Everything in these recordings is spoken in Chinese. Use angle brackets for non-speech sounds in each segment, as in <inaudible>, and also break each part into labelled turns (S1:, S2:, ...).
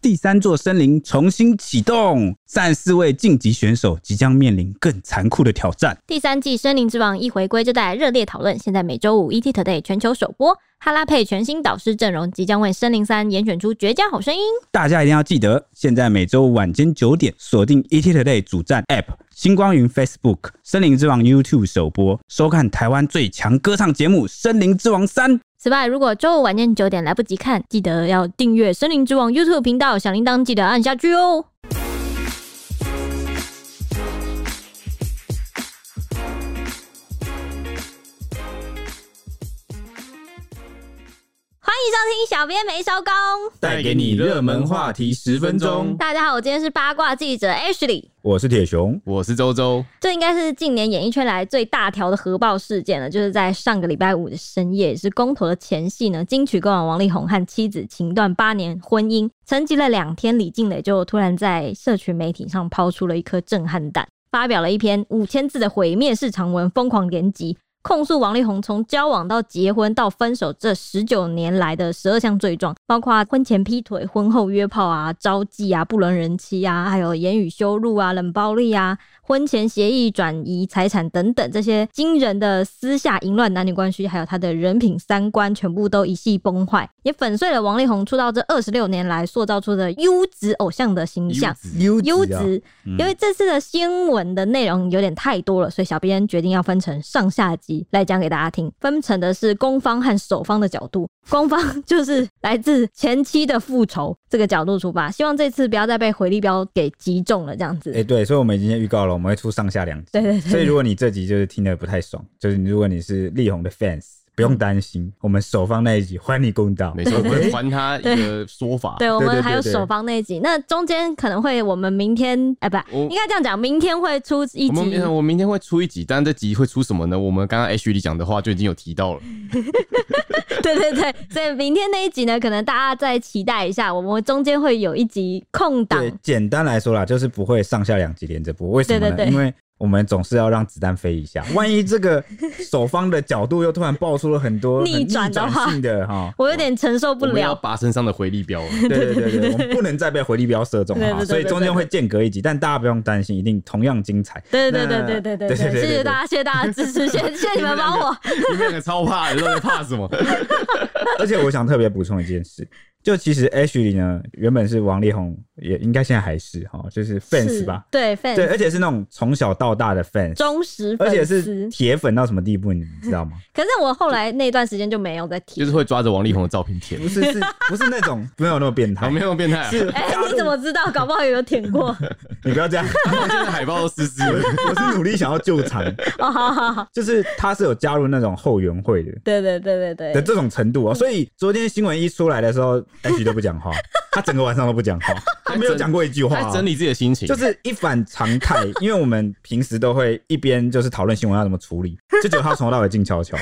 S1: 第三座森林重新启动，三十四位晋级选手即将面临更残酷的挑战。
S2: 第三季《森林之王》一回归就带来热烈讨论，现在每周五 ET Today 全球首播。哈拉佩全新导师阵容即将为《森林三》严选出绝佳好声音。
S1: 大家一定要记得，现在每周晚间九点锁定 ET Today 主站 App、星光云 Facebook、森林之王 YouTube 首播，收看台湾最强歌唱节目《森林之王三》。
S2: 此外，如果周五晚间九点来不及看，记得要订阅《森林之王》YouTube 频道，小铃铛记得按下去哦。欢迎收听《小编没收工》，
S3: 带给你热门话题十分钟。
S2: 大家好，我今天是八卦记者 Ashley。
S1: 我是铁熊，
S3: 我是周周，
S2: 这应该是近年演艺圈来最大条的核爆事件了，就是在上个礼拜五的深夜，也是公投的前夕呢。金曲歌王王力宏和妻子情断八年婚姻，沉寂了两天，李静蕾就突然在社群媒体上抛出了一颗震撼弹，发表了一篇五千字的毁灭式长文，疯狂连击，控诉王力宏从交往到结婚到分手这十九年来的十二项罪状，包括婚前劈腿、婚后约炮啊、招妓啊、不伦人妻啊，还有言语羞辱啊、冷暴力啊、婚前协议转移财产等等这些惊人的私下淫乱男女关系，还有他的人品三观全部都一系崩坏，也粉碎了王力宏出道这二十六年来塑造出的优质偶像的形象。
S1: 优
S2: 优
S1: 质啊
S2: 质，因为这次的新闻的内容有点太多了，所以小编决定要分成上下集来讲给大家听。分成的是攻方和守方的角度，攻方就是来自前妻的复仇这个角度出发，希望这次不要再被回力镖给击中了，这样子。
S1: 哎、对，所以我们已经预告了，我们会出上下两集。
S2: 对对对
S1: <laughs> 所以如果你这集就是听得不太爽， <laughs> 就是如果你是力宏的 fans，不用担心，我们首放那一集还你公道。<laughs>
S3: 没错，我
S1: 哎
S3: 会还他一个说法。
S2: 对，我
S1: 对
S2: 们
S1: 对
S2: 还有
S1: 对对
S2: 守方那一集，那中间可能会我们明天，哎、不，
S3: 我
S2: 应该这样讲，明天会出一
S3: 我们
S2: 集
S3: 明。我明天会出一集，但这集会出什么呢？我们刚刚 H 里讲的话就已经有提到了。
S2: 对对对，所以明天那一集呢，可能大家再期待一下，我们中间会有一集空档
S1: 对，简单来说啦，就是不会上下两集连着播，为什么呢？
S2: 对对对
S1: 因为我们总是要让子弹飞一
S2: <laughs>
S1: 下，万一这个首方的角度又突然爆出了很多很
S2: 逆转
S1: 逆
S2: 的
S1: 转
S2: 话
S1: 性的哈。
S2: <laughs> 我有点承受不
S3: 我们要
S2: 了。
S3: 拔身上的回力镖了。
S1: 对对对对，我们不能再被回力镖射中
S2: 对对
S1: 哈，
S2: 对
S1: 所以
S2: 对
S1: 中
S2: 对
S1: 间会间隔一集，但大家不用担心，一定同样精彩。
S2: 对对对
S1: 那
S2: 对对对
S1: 对对
S2: 谢
S1: 对
S2: 谢
S1: 对
S2: 大家，谢谢大家支持，谢谢谢谢你们帮我。
S3: 你们两个超怕，你到底怕
S2: <laughs>
S3: 什么？
S1: <laughs> 而且我想特别补充一件事，就其实 H 里呢，原本是王力宏，也应该现在还是哈，就是 fans
S2: 是
S1: 吧，
S2: 对
S1: 对，
S2: fans，
S1: 而且是那种从小到大的 fans，
S2: 忠实
S1: 而且
S2: 粉
S1: 是
S2: 丝。
S1: 铁粉到什么地步，你知道吗？
S2: 可是我后来那段时间就没有再提
S3: 就。是会抓着王力宏的照片
S2: <laughs>
S3: 舔
S1: 不。是是不是那种没有那么变态
S3: 我，没有变态啊，
S1: 是
S2: 哎，你怎么知道？搞不好也有舔过。
S1: 你不要这样， <laughs>
S3: 现在海报都湿湿
S2: <laughs>
S3: 的。
S1: 我是努力想要救场，
S2: 哦，好好好，
S1: 就是他是有加入那种后援会的
S2: 对对对对
S1: 的
S2: 对。
S1: 这种程度哦，所以昨天新闻一出来的时候，H 都不讲话，他整个晚上都不讲话，他没有讲过一句话
S3: 他
S1: 哦、
S3: 在整理自己的心情，
S1: 就是一反常
S3: <laughs>
S1: 态，因为我们平时都会一边就是讨论新闻要怎么处理，就觉得他从头到尾静
S3: <laughs>
S1: 悄悄，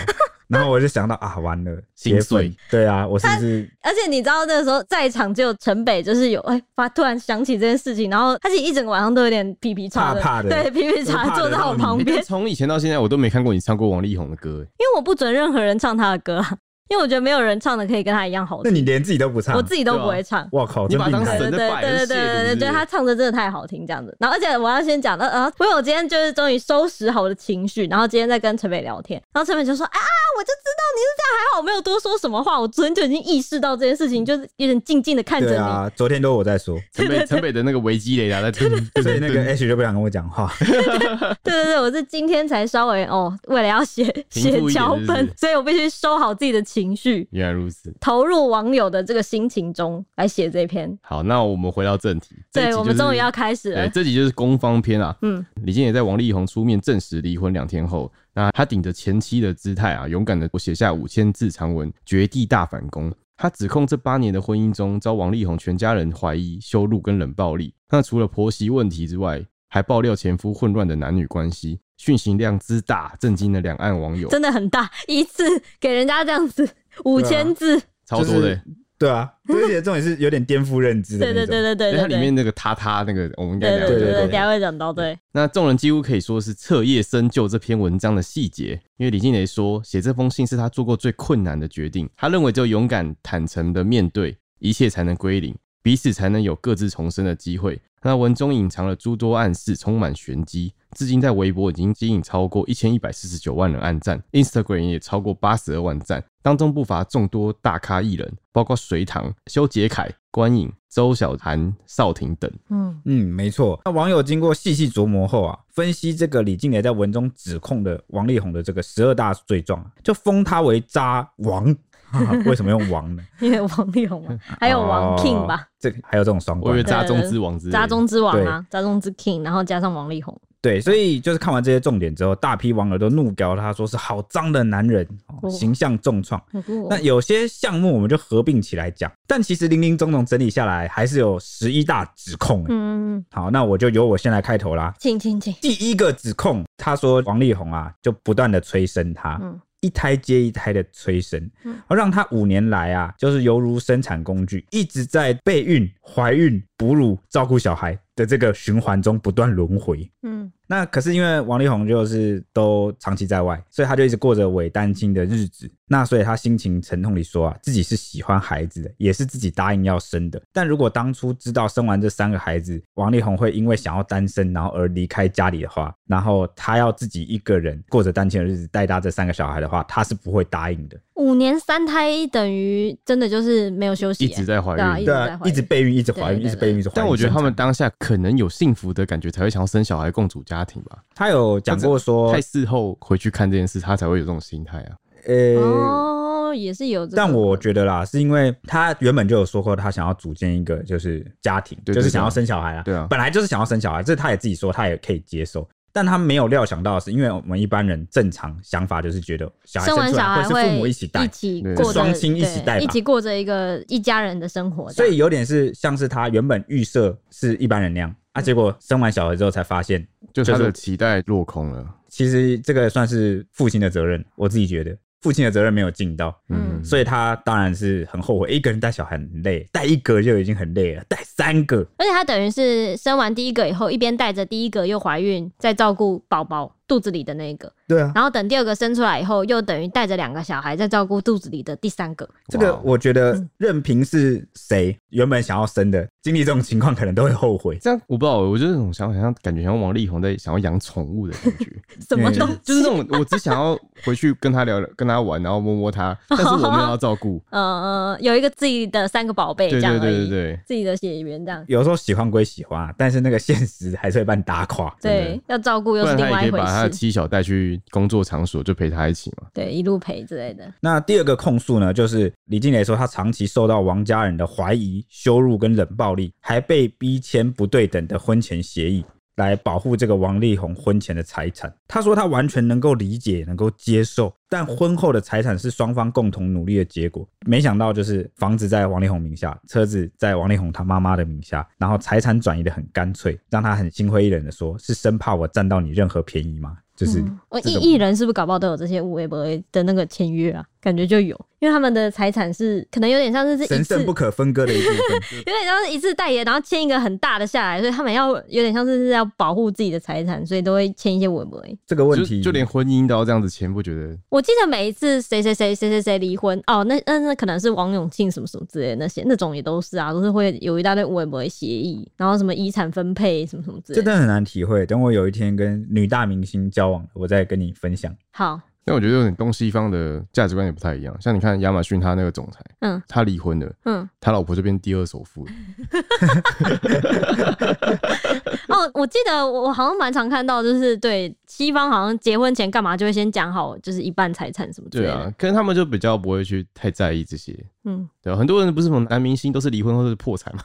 S1: 然后我就想到啊，完了，
S3: 心
S1: 铁粉
S3: 碎，
S1: 对啊，我是不是
S2: 而且你知道那时候在场只有陈北，就是有哎，发突然想起这件事情，然后他其实一整个晚上都有点皮皮叉
S1: 怕怕的
S2: 对皮皮
S1: 怕
S2: 叉
S1: 的
S2: 坐在我旁
S3: 欸
S2: 边
S3: 但。从以前到现在，我都没看过你唱过王力宏
S2: <laughs>
S3: 的歌。
S2: 因为我不准任何人唱他的歌啊，因为我觉得没有人唱的可以跟他一样好
S1: 那
S2: 听，
S1: 你连自己都不唱
S2: 我？自己都不会唱。
S1: 哇靠，
S3: 你
S1: 真
S3: 把它
S1: 病
S3: 当
S1: 态
S3: 神！
S2: 对对
S3: 的拜
S2: 对对对
S3: 是
S2: 对对，
S3: 不是
S2: 觉得他唱的真的太好听，这样子。然后，而且我要先讲到，呃，因为我今天就是终于收拾好我的情绪，然后今天在跟陈北聊天，然后陈北就说啊，我就知道你是这样，还好我没有多说什么话，我昨天就已经意识到这件事情，
S3: 嗯
S2: 就是有点静静的看着
S1: 对
S2: 你。
S1: 啊，昨天都我在说，
S3: 陈北陈北的那个维基雷达在听，
S2: <laughs>
S1: 所以那个 H 就不想跟我讲话。
S2: 对对对，我是今天才稍微哦，为了要写
S3: <laughs> 平
S2: 写
S3: 复一点
S2: 脚
S3: 是不
S2: 本
S3: 是，
S2: 所以我必须收好自己的情绪，
S3: <laughs> 原来如此。
S2: 投入网友的这个心情中来写这篇。
S3: 好，那我们回到正题。这一
S2: 对，
S3: 集就是
S2: 我们终于要开始
S3: 对，
S2: 了。
S3: 这集就是攻方篇啊。
S2: 嗯，
S3: 李健也在王力宏出面证实离婚两天后，那他顶着前妻的姿态啊，勇敢的写下五千字长文，绝地大反攻。他指控这八年的婚姻中，遭王力宏全家人怀疑、羞辱跟冷暴力。那除了婆媳问题之外，还爆料前夫混乱的男女关系，讯息量之大，震惊了两岸网友，
S2: 真的很大，一次给人家这样子五
S3: 啊
S2: 千字，
S3: 超
S1: 就
S3: 多的
S1: 是。对啊，而且重点是有点颠覆认知的
S2: 对
S1: 那
S2: 对
S1: 种。
S2: 对对对
S3: 因哎为
S2: 对
S3: 它里
S2: 对
S3: 面。那个他他那个，我们应该
S2: 对
S3: 聊
S2: 对对
S3: 一
S2: 对对，
S3: 聊
S1: 对
S2: 等一下会讲到对，
S3: 那众人几乎可以说是彻夜深究这篇文章的细节，因为李静蕾说，写这封信是她做过最困难的决定。她认为只有勇敢、坦诚的面对，一切才能归零。彼此才能有各自重生的机会。那文中隐藏了诸多暗示，充满玄机。至今在微博已经吸引超过一千一百四十九万人按赞，Instagram 也超过八十二万赞，当中不乏众多大咖艺人，包括隋唐、修杰楷、关颖、周小涵、邵婷等。
S2: 嗯，
S1: 嗯，没错。那网友经过细细琢磨后啊，分析这个李静蕾在文中指控的王力宏的这个十二大罪状啊，就封他为渣王。 <laughs>
S3: <laughs>
S1: 哈哈为什么用王呢？
S2: 因为王力宏嘛，还有王 King 吧，
S1: 哦，这个还有这种双
S3: 我以
S1: 关
S3: 为。渣中之王之类的
S2: 渣中之王啊，渣中之 King，然后加上王力宏，
S1: 对，所以就是看完这些重点之后，大批网友都怒屌他，说是好脏的男人，哦
S2: 哦
S1: 形象重创。
S2: 哦
S1: 那有些项目我们就合并起来讲，但其实零零总总整理下来，还是有十一大指控、欸。
S2: 嗯，
S1: 好，那我就由我先来开头啦。
S2: 请请请，
S1: 第一个指控，他说王力宏啊，就不断的催生他，
S2: 嗯
S1: 一胎接一胎的催生，
S2: 嗯
S1: 而让他五年来啊，就是犹如生产工具，一直在备孕、怀孕、哺乳、照顾小孩的这个循环中不断轮回。
S2: 嗯
S1: 那可是因为王力宏就是都长期在外，所以他就一直过着伪单亲的日子。那所以他心情沉痛地说啊，自己是喜欢孩子的，也是自己答应要生的。但如果当初知道生完这三个孩子，王力宏会因为想要单身，然后而离开家里的话，然后他要自己一个人过着单亲的日子，带大这三个小孩的话，他是不会答应的。
S2: 五年三胎等于真的就是没有休息
S3: 一
S2: 耶，
S3: 直在怀
S2: 对啊
S3: 孕
S2: 一直。
S1: 对啊，一直备孕，一直怀孕，
S2: 对
S1: 一直备孕，一直怀孕。
S3: 但我觉得他们
S1: 生产
S3: 当下可能有幸福的感觉，才会想要生小孩共组家庭吧。
S1: 他有讲过
S2: 啊
S1: 说
S3: 太，事后回去看这件事，他才会有这种心态啊。
S1: 呃，
S2: 哦，也是有这个，
S1: 但我觉得啦，是因为他原本就有说过，他想要组建一个就是家庭，
S3: 对对
S1: 就是想要生小孩啊。
S3: 对啊
S1: 本来就是想要生小孩，这他也自己说，他也可以接受。但他没有料想到的是，因为我们一般人正常想法就是觉得小孩
S2: 生完
S1: 出
S2: 小
S1: 来
S2: 孩
S1: 是父母一起带
S2: 一，起
S3: 对
S2: 过着
S1: 双亲一起
S2: 对
S1: 带吧
S2: 一起过着一个一家人的生活，
S1: 所以有点是像是他原本预设是一般人那样啊，结果生完小孩之后才发现，
S3: 就他
S1: 就是
S3: 的期待落空了。
S1: 其实这个算是父亲的责任，我自己觉得父亲的责任没有尽到。
S2: 嗯
S3: 嗯，
S1: 所以他当然是很后悔，一个人带小孩很累，带一个就已经很累了，带三个
S2: 而且她等于是生完第一个以后，一边带着第一个又怀孕，再照顾宝宝肚子里的那个，
S1: 对啊，
S2: 然后等第二个生出来以后，又等于带着两个小孩，再照顾肚子里的第三个。
S1: 这个
S3: 哇哦
S1: 我觉得任凭是谁原本想要生的，经历这种情况可能都会后悔。
S3: 这样我不知道，我就这种想法，像感觉像王力宏在想要养宠物的
S2: <laughs>
S3: 感觉，
S2: 什么
S1: 嗯
S2: 东。
S3: 就是就是那种我只想要回去跟他聊聊，跟他玩，然后摸摸他，但是我没有要照顾
S2: <laughs> 呃，有一个自己的三个宝贝这
S3: 对
S2: 样而
S3: 对
S2: 已，
S3: 对对对，
S2: 自己的血缘这样。
S1: 有时候喜欢归喜欢啊，但是那个现实还是会把你打垮。
S2: 对，要照顾
S3: 不
S2: 又是
S3: 然
S2: 另
S3: 他
S2: 外
S3: 也
S2: 一
S3: 可以
S2: 回
S3: 把他的
S2: 事，
S3: 妻小带去工作场所，就陪他一起嘛。
S2: 对，一路陪之类的。
S1: 那第二个控诉呢，就是李静蕾说她长期受到王家人的怀疑、羞辱跟冷暴力，还被逼签不对等的婚前协议来保护这个王力宏婚前的财产。她说她完全能够理解、能够接受，但婚后的财产是双方共同努力的结果。没想到就是房子在王力宏名下，车子在王力宏他妈妈的名下，然后财产转移的很干脆，让她很心灰意冷的说：“是生怕我占到你任何便宜吗？”就是
S2: 嗯我
S1: 这
S2: 艺
S1: 种
S2: 艺人是不是搞不好都有这些无微不微的那个签约啊？感觉就有，因为他们的财产是可能有点像 <laughs> 是是一
S1: 神
S2: 次
S1: 圣不可分割的一部分。
S2: 有点像是一次代言，然后签一个很大的下来，所以他们要有点像是是要保护自己的财产，所以都会签一些文文。
S1: 这个问
S3: 就
S1: 题
S3: 就连婚姻都要这样子签，不觉得？
S2: 我记得每一次谁谁谁谁谁谁离婚，哦，那那那可能是王永庆什么什么之类的那些，那种也都是啊，都是会有一大堆文文协议，然后什么遗产分配什么什么之
S1: 这
S2: 类
S1: 真
S2: 的。
S1: 的很难体会。等我有一天跟女大明星交往，我再跟你分享。
S2: 好，
S3: 但我觉得有点东西方的价值观也不太一样。像你看亚马逊他那个总裁，
S2: 嗯
S3: 他离婚了，
S2: 嗯，
S3: 他老婆就变第二首富了。
S2: 哦，我记得我我好像蛮常看到，就是对西方好像结婚前干嘛就会先讲好，就是一半财产什么之类
S3: 对
S2: 的。
S3: 啊，可能他们就比较不会去太在意这些。
S2: 嗯，
S3: 对啊，很多人不是什么男明星都是离婚或者是破产嘛。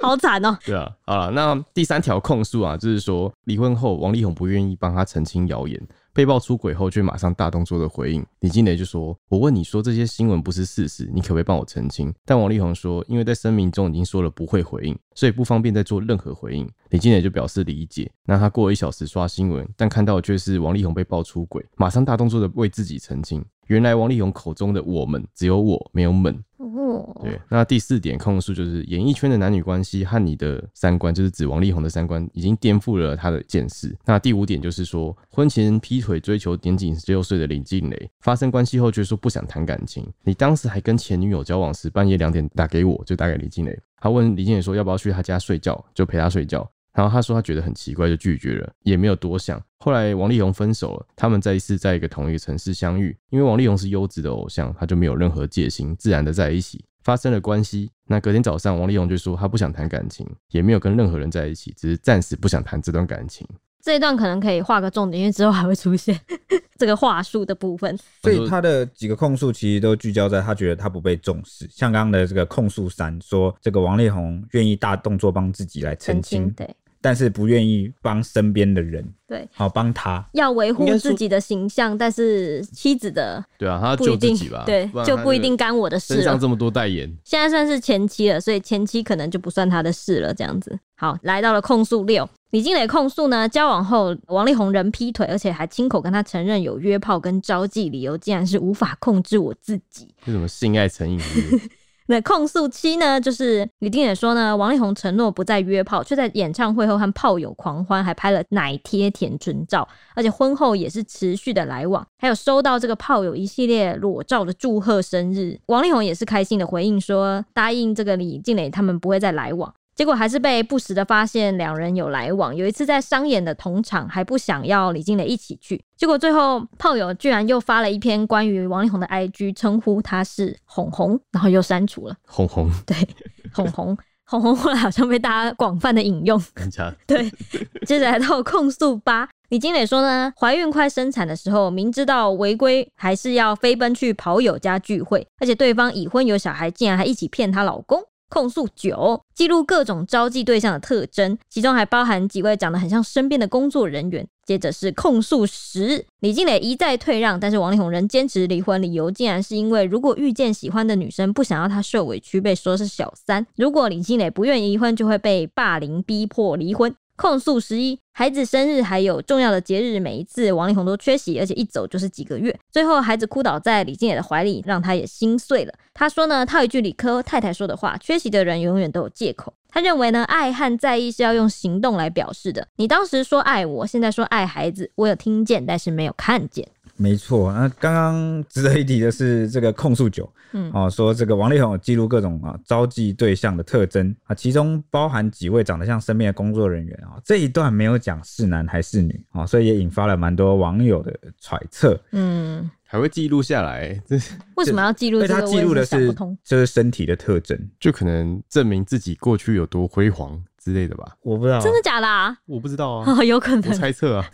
S2: 好惨哦。
S3: 对啊，好了，那第三条控诉啊，就是说离婚后王力宏不愿意帮他澄清谣言，被曝出轨后却马上大动作的回应。李金雷就说：“我问你说这些新闻不是事实，你可不可以帮我澄清？”但王力宏说，因为在声明中已经说了不会回应，所以不方便再做任何回应。李金雷就表示理解。那他过了一小时刷新闻，但看到的却是王力宏被曝出轨，马上大动作的为自己澄清。原来王力宏口中的“我们”只有我没有们，
S2: 哦，
S3: 对，那第四点控诉就是演艺圈的男女关系和你的三观，就是指王力宏的三观已经颠覆了他的见识。那第五点就是说，婚前劈腿追求年仅十六岁的林静蕾，发生关系后却说不想谈感情。你当时还跟前女友交往时，半夜两点打给我，就打给林静蕾，他问林静蕾说要不要去他家睡觉，就陪他睡觉。然后他说他觉得很奇怪，就拒绝了，也没有多想。后来王力宏分手了，他们再一次在一个同一个城市相遇，因为王力宏是优质的偶像，他就没有任何戒心，自然的在一起发生了关系。那隔天早上，王力宏就说他不想谈感情，也没有跟任何人在一起，只是暂时不想谈这段感情。
S2: 这一段可能可以画个重点，因为之后还会出现 <laughs> 这个话术的部分。
S1: 所以他的几个控诉其实都聚焦在他觉得他不被重视，像刚刚的这个控诉三说，这个王力宏愿意大动作帮自己来澄清，
S2: 对
S1: 但是不愿意帮身边的人，
S2: 对，
S1: 好帮他。
S2: 要维护
S3: 应该说
S2: 自己的形象，但是妻子的
S3: 对啊，他要
S2: 不一
S3: 救自
S2: 定
S3: 己吧，
S2: 对
S3: 然
S2: 就
S3: 他
S2: 不一
S3: 那个
S2: 定啊干我的事
S3: 身上
S2: 了。
S3: 这么多代言，
S2: 现在算是前妻了，所以前妻可能就不算他的事了。这样子，好，来到了控诉六，李金磊控诉呢，交往后王力宏人劈腿，而且还亲口跟他承认有约炮跟招妓，理由竟然是无法控制我自己。
S3: 为什么性
S2: <laughs>
S3: 爱成瘾是不是？
S2: 那控诉期呢，就是李定也说呢，王力宏承诺不再约炮，却在演唱会后和炮友狂欢，还拍了奶贴甜唇照，而且婚后也是持续的来往，还有收到这个炮友一系列裸照的祝贺生日。王力宏也是开心的回应说，答应这个李静蕾他们不会再来往。结果还是被不时的发现两人有来往。有一次在商演的同场，还不想要李静蕾一起去。结果最后炮友居然又发了一篇关于王力宏的 IG，称呼他是“红红”，然后又删除了
S3: 红红，
S2: 对“红红”。红红后来好像被大家广泛的引用。
S3: 人家
S2: 对，接着来到控诉八，李经磊说呢，怀孕快生产的时候，明知道违规，还是要飞奔去跑友家聚会，而且对方已婚有小孩，竟然还一起骗她老公。控诉九，记录各种招妓对象的特征，其中还包含几位长得很像身边的工作人员。接着是控诉十，李金磊一再退让，但是王力宏仍坚持离婚，理由竟然是因为如果遇见喜欢的女生，不想要她受委屈，被说是小三；如果李金磊不愿意离婚，就会被霸凌逼迫离婚。控诉十一，孩子生日还有重要的节日，每一次王力宏都缺席，而且一走就是几个月。最后孩子哭倒在李静野的怀里，让他也心碎了。他说呢，套一句理科太太说的话，缺席的人永远都有借口。他认为呢，爱和在意是要用行动来表示的。你当时说爱我，现在说爱孩子，我有听见，但是没有看见。
S1: 没错，那刚刚值得一提的是这个控诉九，
S2: 嗯
S1: 哦，说这个王力宏有记录各种啊招妓对象的特征啊，其中包含几位长得像身边的工作人员啊、这一段没有讲是男还是女啊、所以也引发了蛮多网友的揣测。
S2: 嗯，
S3: 还会记录下来，这
S2: 为什么要记录
S1: 因为
S2: 这个？
S1: 他记录的
S2: 我也是想
S1: 是
S2: 不通。
S1: 就是身体的特征，
S3: 就可能证明自己过去有多辉煌之类的吧。
S1: 我不知道
S2: 真的假的啊？
S3: 我不知道
S2: <laughs>
S3: 啊，
S2: 哦，有可
S3: 我
S2: 能
S3: 猜测
S2: <laughs>
S3: 啊，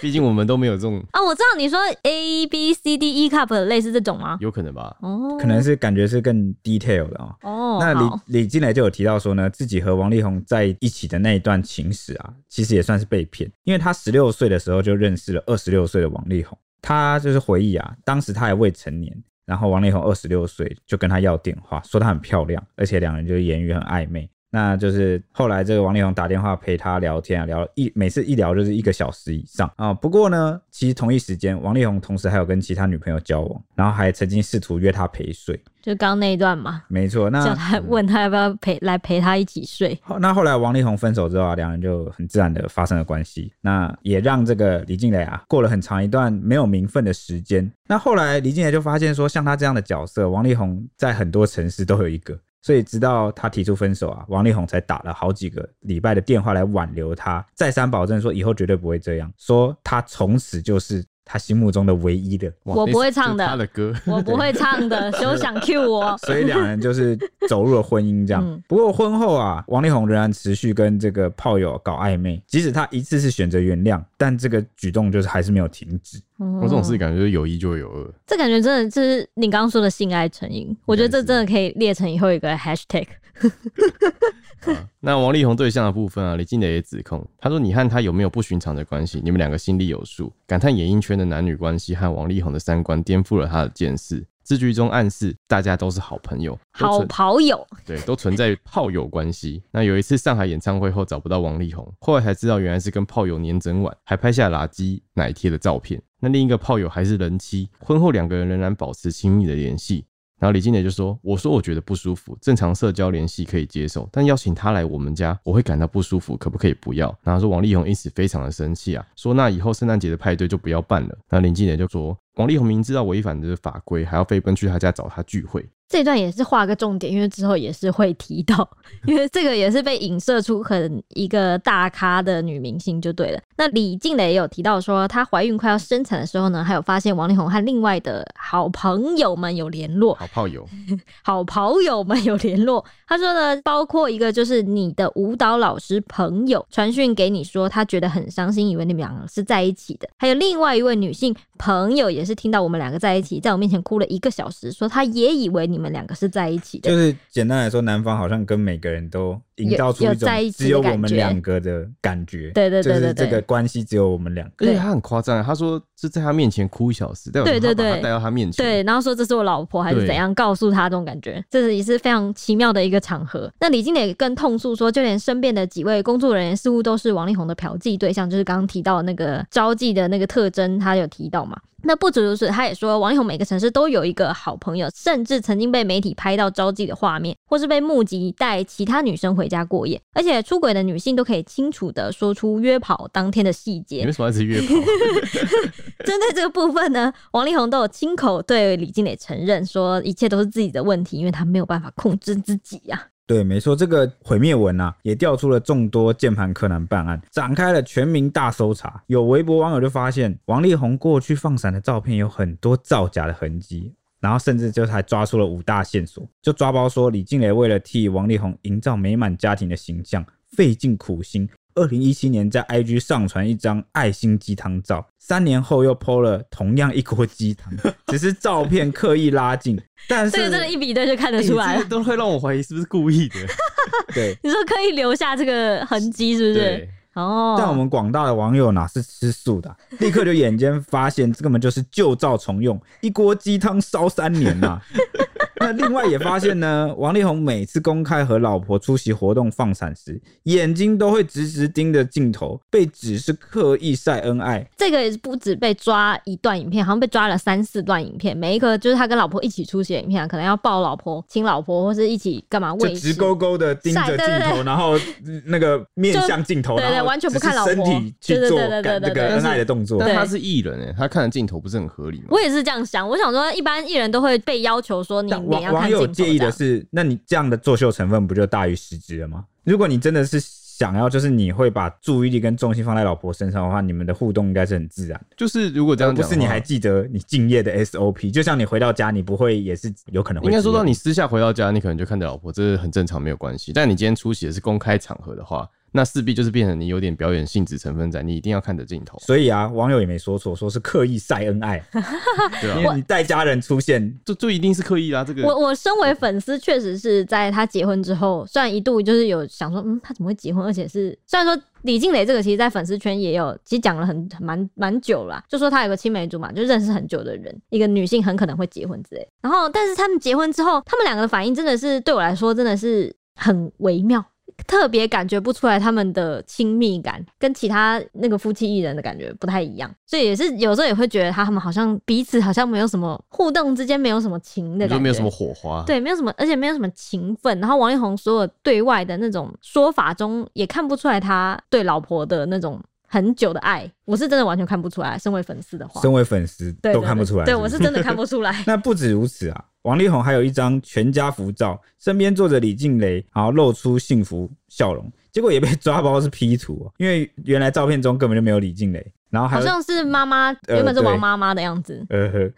S3: 毕竟我们都没有这种，
S2: 啊！我知道你说 A B C D E cup 类似这种吗？
S3: 有可能吧？
S2: 哦，
S1: 可能是感觉是更 detail 的啊、
S2: 哦，
S1: 那
S2: 好
S1: 李李金磊就有提到说呢，自己和王力宏在一起的那一段情史啊，其实也算是被骗，因为他十六岁的时候就认识了二十六岁的王力宏，他就是回忆啊，当时他还未成年，然后王力宏二十六岁就跟他要电话，说她很漂亮，而且两人就是言语很暧昧。那就是后来这个王力宏打电话陪她聊天啊，聊一每次一聊就是一个小时以上啊、不过呢，其实同一时间，王力宏同时还有跟其他女朋友交往，然后还曾经试图约她陪睡。
S2: 就刚那一段嘛。
S1: 没错，那
S2: 叫
S3: 嗯
S2: 他问他要不要陪来陪他一起睡。
S1: 好，那后来王力宏分手之后啊，两人就很自然的发生了关系，那也让这个李静蕾啊过了很长一段没有名分的时间。那后来李静蕾就发现说，像她这样的角色，王力宏在很多城市都有一个，所以直到她提出分手啊，王力宏才打了好几个礼拜的电话来挽留她，再三保证说以后绝对不会这样，说他从此就是他心目中的唯一的。
S3: 哇
S2: 我不会
S3: 那是
S2: 唱的
S3: 这是他的歌，
S2: 我不会唱的，
S3: <laughs>
S2: 休想 cue 我。
S1: 所以两人就是走入了婚姻这样。
S2: 嗯
S1: 不过婚后啊，王力宏仍然持续跟这个炮友搞暧昧，即使他一次次选择原谅，但这个举动就是还是没有停止。
S3: 我这种事
S2: 哦，
S3: 感觉就是有一就会有二，
S2: 这感觉真的就是你刚刚说的性爱成瘾，我觉得这
S3: 应该是
S2: 真的可以列成以后一个 hashtag。
S3: 那王力宏对象的部分啊，李静蕾也指控，他说你和他有没有不寻常的关系，你们两个心里有数。感叹演艺圈的男女关系和王力宏的三观颠覆了他的见识。字句中暗示大家都是好朋友，都
S2: 好
S3: 存
S2: 跑友，
S3: 对，都存在炮友关系。那有一次上海演唱会后找不到王力宏，后来才知道原来是跟炮友黏整晚，还拍下垃圾奶贴的照片。那另一个炮友还是人妻，婚后两个人仍然保持亲密的联系。然后李金磊就说：“我说我觉得不舒服，正常社交联系可以接受，但邀请他来我们家，我会感到不舒服，可不可以不要？”然后说王力宏因此非常的生气啊，说那以后圣诞节的派对就不要办了。那林金磊就说：“王力宏明知道违反这个法规，还要飞奔去他家找他聚会。”
S2: 这段也是画个重点，因为之后也是会提到， <laughs> 因为这个也是被影射出很一个大咖的女明星就对了。那李静蕾也有提到说，她怀孕快要生产的时候呢，还有发现王力宏和另外的好朋友们有联络，
S3: 好炮友，
S2: 好跑友们有联络。他说呢，包括一个就是你的舞蹈老师朋友传讯给你说，他觉得很伤心，以为你们两个是在一起的。还有另外一位女性朋友也是听到我们两个在一起，在我面前哭了一个小时，说她也以为你们两个是在一起的
S1: 就。是简单来说，男方好像跟每个人都营
S2: 有
S1: 造出
S2: 有
S1: 一种
S2: 在一起
S1: 只有
S2: 的
S1: 我
S2: 感
S1: 们
S2: 觉
S1: 两个的感觉，
S2: 对对对
S1: 就是
S2: 对
S1: 这个
S2: 对
S1: 关系只有我们两个。
S3: 而
S2: 对
S3: 且他很夸张啊，他说是在他面前哭一小时，但我
S2: 对对
S3: 把他
S2: 对
S3: 带到他面前，
S2: 对，然后说这是我老婆还是
S3: 对
S2: 怎样，告诉他这种感觉，这是也是非常奇妙的一个场合。那李经理更痛诉说，就连身边的几位工作人员似乎都是王力宏的嫖妓对象，就是刚刚提到那个招妓的那个特征，他有提到嘛。那不止如此，他也说王力宏每个城市都有一个好朋友，甚至曾经被媒体拍到招妓的画面，或是被目击带其他女生回家过夜，而且出轨的女性都可以清楚的说出约跑当天的细节
S3: 你为。什么要一直约
S2: <laughs>
S3: 炮？
S2: 针对这个部分呢，王力宏都有亲口对李金磊承认说，一切都是自己的问题，因为他没有办法控制自己啊呀、
S1: 对，没错，这个毁灭文啊，也调出了众多键盘柯南办案，展开了全民大搜查。有微博网友就发现，王力宏过去放闪的照片有很多造假的痕迹，然后甚至就还抓出了五大线索，就抓包说李静蕾为了替王力宏营造美满家庭的形象，费尽苦心。二零一七年在 IG 上传一张爱心鸡汤照，三年后又 PO 了同样一锅鸡汤，只是照片刻意拉近，但是
S2: 这个真的，一比对就看得出来
S3: 欸
S2: 了。
S3: 这个都会让我怀疑是不是故意
S2: <laughs>
S3: 的。
S1: 对，
S2: 你说可以留下这个痕迹，是不是？
S3: 对，
S2: 哦，
S1: 但我们广大的网友哪是吃素
S2: <laughs>
S1: 的啊、立刻就眼尖发现，这根本就是旧照重用，一锅鸡汤烧三年呐、
S2: <laughs>
S1: 那另外也发现呢，王力宏每次公开和老婆出席活动放闪时，眼睛都会直直盯着镜头，被指是刻意晒恩爱。
S2: 这个不止被抓一段影片，好像被抓了三四段影片，每一个就是他跟老婆一起出席的影片啊、可能要抱老婆、亲老婆，或是一起干嘛
S1: 就
S2: 喂
S1: 直
S2: 食。
S1: 勾勾的盯着
S2: 晒对
S1: 镜
S2: 对
S1: 头，然后嗯那个面
S2: 就
S1: 向镜头，
S2: 对对
S1: 然后
S2: 完全不
S1: 只
S2: 看
S1: 是
S2: 老婆
S1: 身体去
S2: 对对
S1: 做
S2: 对对
S1: 感
S2: 对
S1: 这个
S2: 对
S1: 恩爱的动作。
S3: 但他是艺人哎、他看的镜头不是很合理吗？
S2: 我也是这样想，我想说，一般艺人都会被要求说你
S1: 但
S2: 脸
S1: 网
S2: 要看
S1: 网
S2: 镜头
S1: 友
S2: 这
S1: 介意的
S2: 样。
S1: 是，那你这样的作秀成分不就大于实质了吗？如果你真的是想要，就是你会把注意力跟重心放在老婆身上的话，你们的互动应该是很自然。
S3: 就是如果这样
S1: 不
S3: 讲的话，
S1: 是你还记得你敬业的 SOP，就像你回到家，你不会也是有可能会
S3: 应该说
S1: 这
S3: 到
S1: 样
S3: 你私下回到家，你可能就看着老婆，这是很正常，没有关系。但你今天出席的是公开场合的话，那势必就是变成你有点表演性质成分在，你一定要看着镜头，
S1: 所以啊，网友也没说错，说是刻意晒恩
S2: <laughs>
S1: 爱，
S3: 对
S1: 因
S3: 啊，
S1: 为你带家人出现，
S3: 这这一定是刻意啦。这个
S2: 我我身为粉丝，确实是在他结婚之后，虽然一度就是有想说，嗯，他怎么会结婚？而且是虽然说李静蕾这个，其实，在粉丝圈也有，其实讲了很蛮蛮久了啊，就说她有个青梅竹马，就认识很久的人，一个女性很可能会结婚之类。然后，但是他们结婚之后，他们两个的反应真的是对我来说，真的是很微妙。特别感觉不出来他们的亲密感，跟其他那个夫妻艺人的感觉不太一样，所以也是有时候也会觉得他们好像彼此好像没有什么互动，之间没有什么情的感
S3: 你
S2: 觉，
S3: 说没有什么火花，
S2: 对，没有什么，而且没有什么情分。然后王力宏所有对外的那种说法中，也看不出来他对老婆的那种很久的爱。我是真的完全看不出来，身为粉丝的话，
S1: 身为粉丝
S2: 对
S1: 都
S2: 对
S1: 看不
S2: 对
S1: 出来。
S2: 对
S1: 是不
S2: 我
S1: 是
S2: 是真的看不
S1: <laughs>。
S2: 出来
S1: 那不止如此啊，王力宏还有一张全家福照，身边坐着李静蕾，然后露出幸福笑容，结果也被抓包是 P 图、哦，因为原来照片中根本就没有李静蕾，然后还
S2: 好
S1: 有
S2: 像是妈妈原本是王妈妈的
S1: <laughs>
S2: 样子，
S1: 呃呵，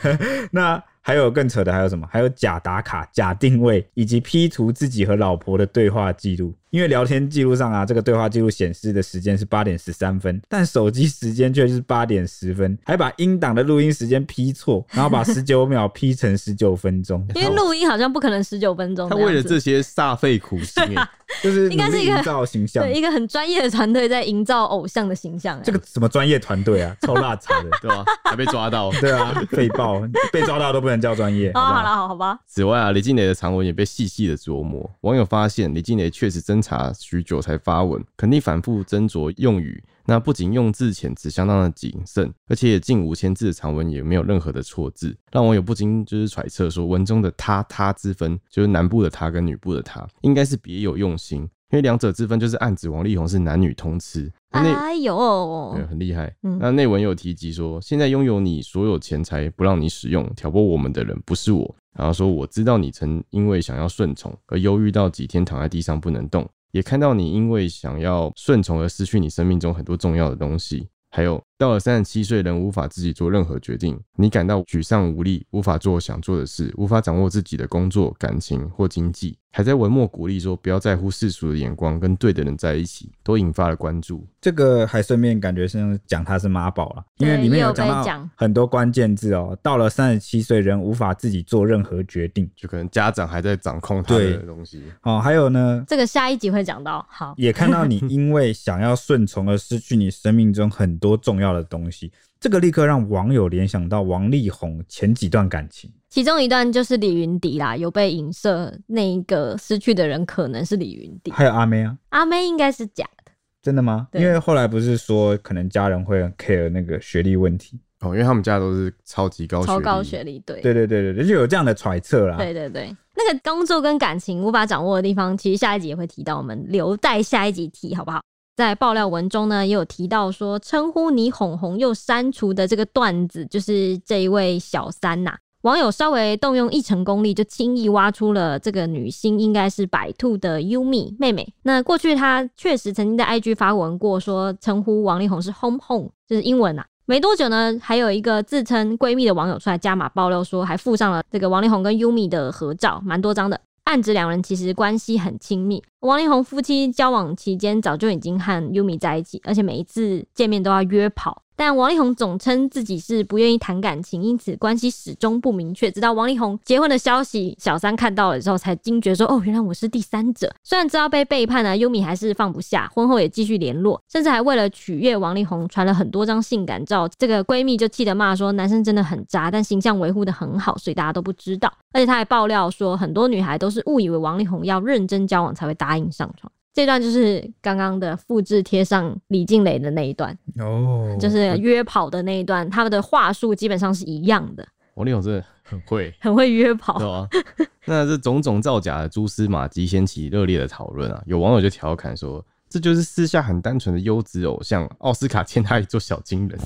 S1: <laughs> 那还有更扯的还有什么？还有假打卡、假定位以及 P 图自己和老婆的对话记录。因为聊天记录上啊，这个对话记录显示的时间是八点十三分，但手机时间却是八点十分，还把音档的录音时间 P 错，然后把十九秒 P 成十九分钟。
S2: <laughs> 因为录音好像不可能十九分钟
S3: 他
S2: 的样子。 <laughs>
S3: 为了这些煞费苦心、欸，
S1: 就是
S2: 应该是一个
S1: 努力营造形象
S2: 对，一个很专业的团队在营造偶像的形象、哎
S1: 这个什么专业团队啊，超辣茶
S2: <laughs>
S1: 的，
S3: 对吧、还被抓到。
S1: 对啊，废爆被抓到都不能叫专业，
S2: 哦，
S1: 好不
S2: 好
S1: 好
S2: 了，好好吧，
S3: 此外啊，李静蕾的长文也被细细的琢磨。网友发现，李静蕾确实侦查许久才发文，肯定反复斟酌用语。那不仅用字遣词相当的谨慎，而且近五千字的长文也没有任何的错字，让网友不禁就是揣测说，文中的“他”“他”之分，就是男部的“他”跟女部的“他”，应该是别有用心，因为两者之分就是暗指王力宏是男女通吃。那内
S2: 哎呦
S3: 对，，很厉害。
S2: 嗯
S3: 那内文有提及说，现在拥有你所有钱财不让你使用，挑拨我们的人不是我。然后说，我知道你曾因为想要顺从而忧郁到几天躺在地上不能动，也看到你因为想要顺从而失去你生命中很多重要的东西。还有，到了三十七岁仍无法自己做任何决定，你感到沮丧无力，无法做想做的事，无法掌握自己的工作、感情或经济，还在文末鼓励说不要在乎世俗的眼光，跟对的人在一起，都引发了关注。
S1: 这个还顺便感觉是讲他是妈宝了，因为
S2: 对
S1: 里面
S2: 也有
S1: 有讲
S2: 被讲
S1: 到很多关键字哦。到了三十七岁，人无法自己做任何决定
S3: 就可能家长还在掌控他
S1: 对
S3: 的东西。
S1: 哦。还有呢，
S2: 这个下一集会讲到。好，
S1: 也看到
S2: <laughs>
S1: 你因为想要顺从而失去你生命中很多重要的东西，这个立刻让网友联想到王力宏前几段感情。
S2: 其中一段就是李云迪啦，有被影射那一个失去的人可能是李云
S1: <laughs>
S2: 迪，
S1: 还有阿妹啊，
S2: 阿妹应该是假的。
S1: 真的吗？
S2: 对
S1: 因为后来不是说可能家人会很 care 那个学历问题，
S3: 哦，因为他们家都是超级高
S2: 超
S3: 历
S2: 高学历，对
S1: 对啊对对对对，就有这样的揣测啦。
S2: 对对对，那个工作跟感情无法掌握的地方，其实下一集也会提到，我们留待下一集提好不好？在爆料文中呢，也有提到说，称呼你哄红又删除的这个段子，就是这一位小三呐、网友稍微动用一成功力，就轻易挖出了这个女星应该是百兔的 Yumi 妹妹。那过去她确实曾经在 IG 发文过，说称呼王力宏是 Home Home，就是英文啊。没多久呢，还有一个自称闺蜜的网友出来加码爆料说，还附上了这个王力宏跟 Yumi 的合照，蛮多张的，暗指两人其实关系很亲密。王力宏夫妻交往期间早就已经和 Yumi 在一起，而且每一次见面都要约跑。但王力宏总称自己是不愿意谈感情，因此关系始终不明确。直到王力宏结婚的消息，小三看到了之后，才惊觉说：“哦，原来我是第三者。”虽然知道被背叛呢，优米还是放不下，婚后也继续联络，甚至还为了取悦王力宏，传了很多张性感照。这个闺蜜就气得骂说：“男生真的很渣，但形象维护的很好，所以大家都不知道。”而且她还爆料说，很多女孩都是误以为王力宏要认真交往才会答应上床。这段就是刚刚的复制贴上李静蕾的那一段。
S1: 哦，
S2: 就是约跑的那一段，他们的话术基本上是一样的，，
S3: 王力宏哦真的很会
S2: 很会约跑
S3: 对。吧、 <laughs> 那这种种造假的蛛丝马迹掀起热烈的讨论啊！有网友就调侃说。这就是私下很单纯的优质偶像，奥斯卡欠他一座小金人，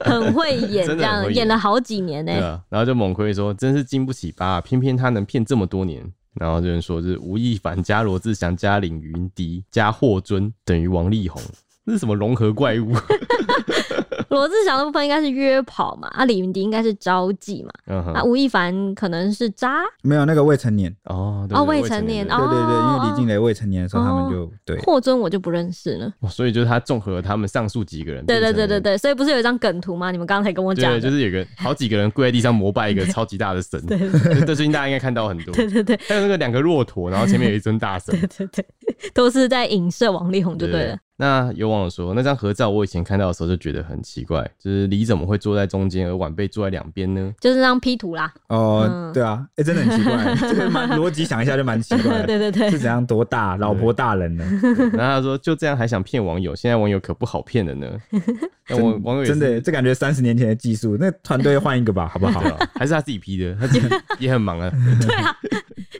S2: 很会演，这
S3: <laughs> 真的很
S2: 样
S3: 会演
S2: 演了好几年呢、
S3: 对啊。然后就猛亏说，真是经不起吧，偏偏他能骗这么多年。然后就有人说，就是吴亦凡加罗志祥加凌云迪加霍尊等于王力宏，这是什么融合怪物？ <laughs>
S2: 罗志祥的部分应该是约跑嘛，啊，李云迪应该是招妓嘛，
S3: 嗯哼
S2: 啊，吴亦凡可能是渣
S1: 没有那个未成年。
S3: 哦，对
S2: 哦
S3: 对
S2: 未
S3: 未
S2: 成
S3: 成
S2: 年
S3: 人
S2: 哦
S1: 对对对，因为李静蕾未成年的时候，他们就对
S2: 霍尊，我就不认识了。
S3: 哇所以就是他综合了他们上述几个人，
S2: 对对
S3: 变成
S2: 对对
S3: 了嗯
S2: 对，所以不是有一张梗图吗？你们刚才跟我讲
S3: 对，
S2: 的，
S3: 就是有个好几个人跪在地上膜拜一
S2: <laughs>
S3: 个超级大的神，对对，最近大家应该看到很多，
S2: 对对对
S3: 还有那个两个骆驼，然后前面有一尊大神，
S2: <laughs> 对对对，都是在影射王力宏就对了。
S3: 那有网友说，那张合照我以前看到的时候就觉得很奇怪，就是李怎么会坐在中间，而晚辈坐在两边呢？ <laughs>
S2: 就是那张 P 图啦，
S1: 哦
S2: 嗯，
S1: 对啊，哎，真的很奇怪，这个蛮逻辑想一下就蛮奇怪
S2: <laughs> 对
S1: 的，
S2: 对对
S1: 是，怎样多大老婆大人呢？
S3: 然后他说就这样还想骗网友，现在网友可不好骗了
S2: <laughs>
S3: 呢。那网网友也
S1: 真
S3: 是
S1: 的，这感觉三十年前的技术，那团队换一个吧，好不好
S3: 对？啊还是他自己 P 的，他
S2: <laughs>
S3: 自己也很忙啊。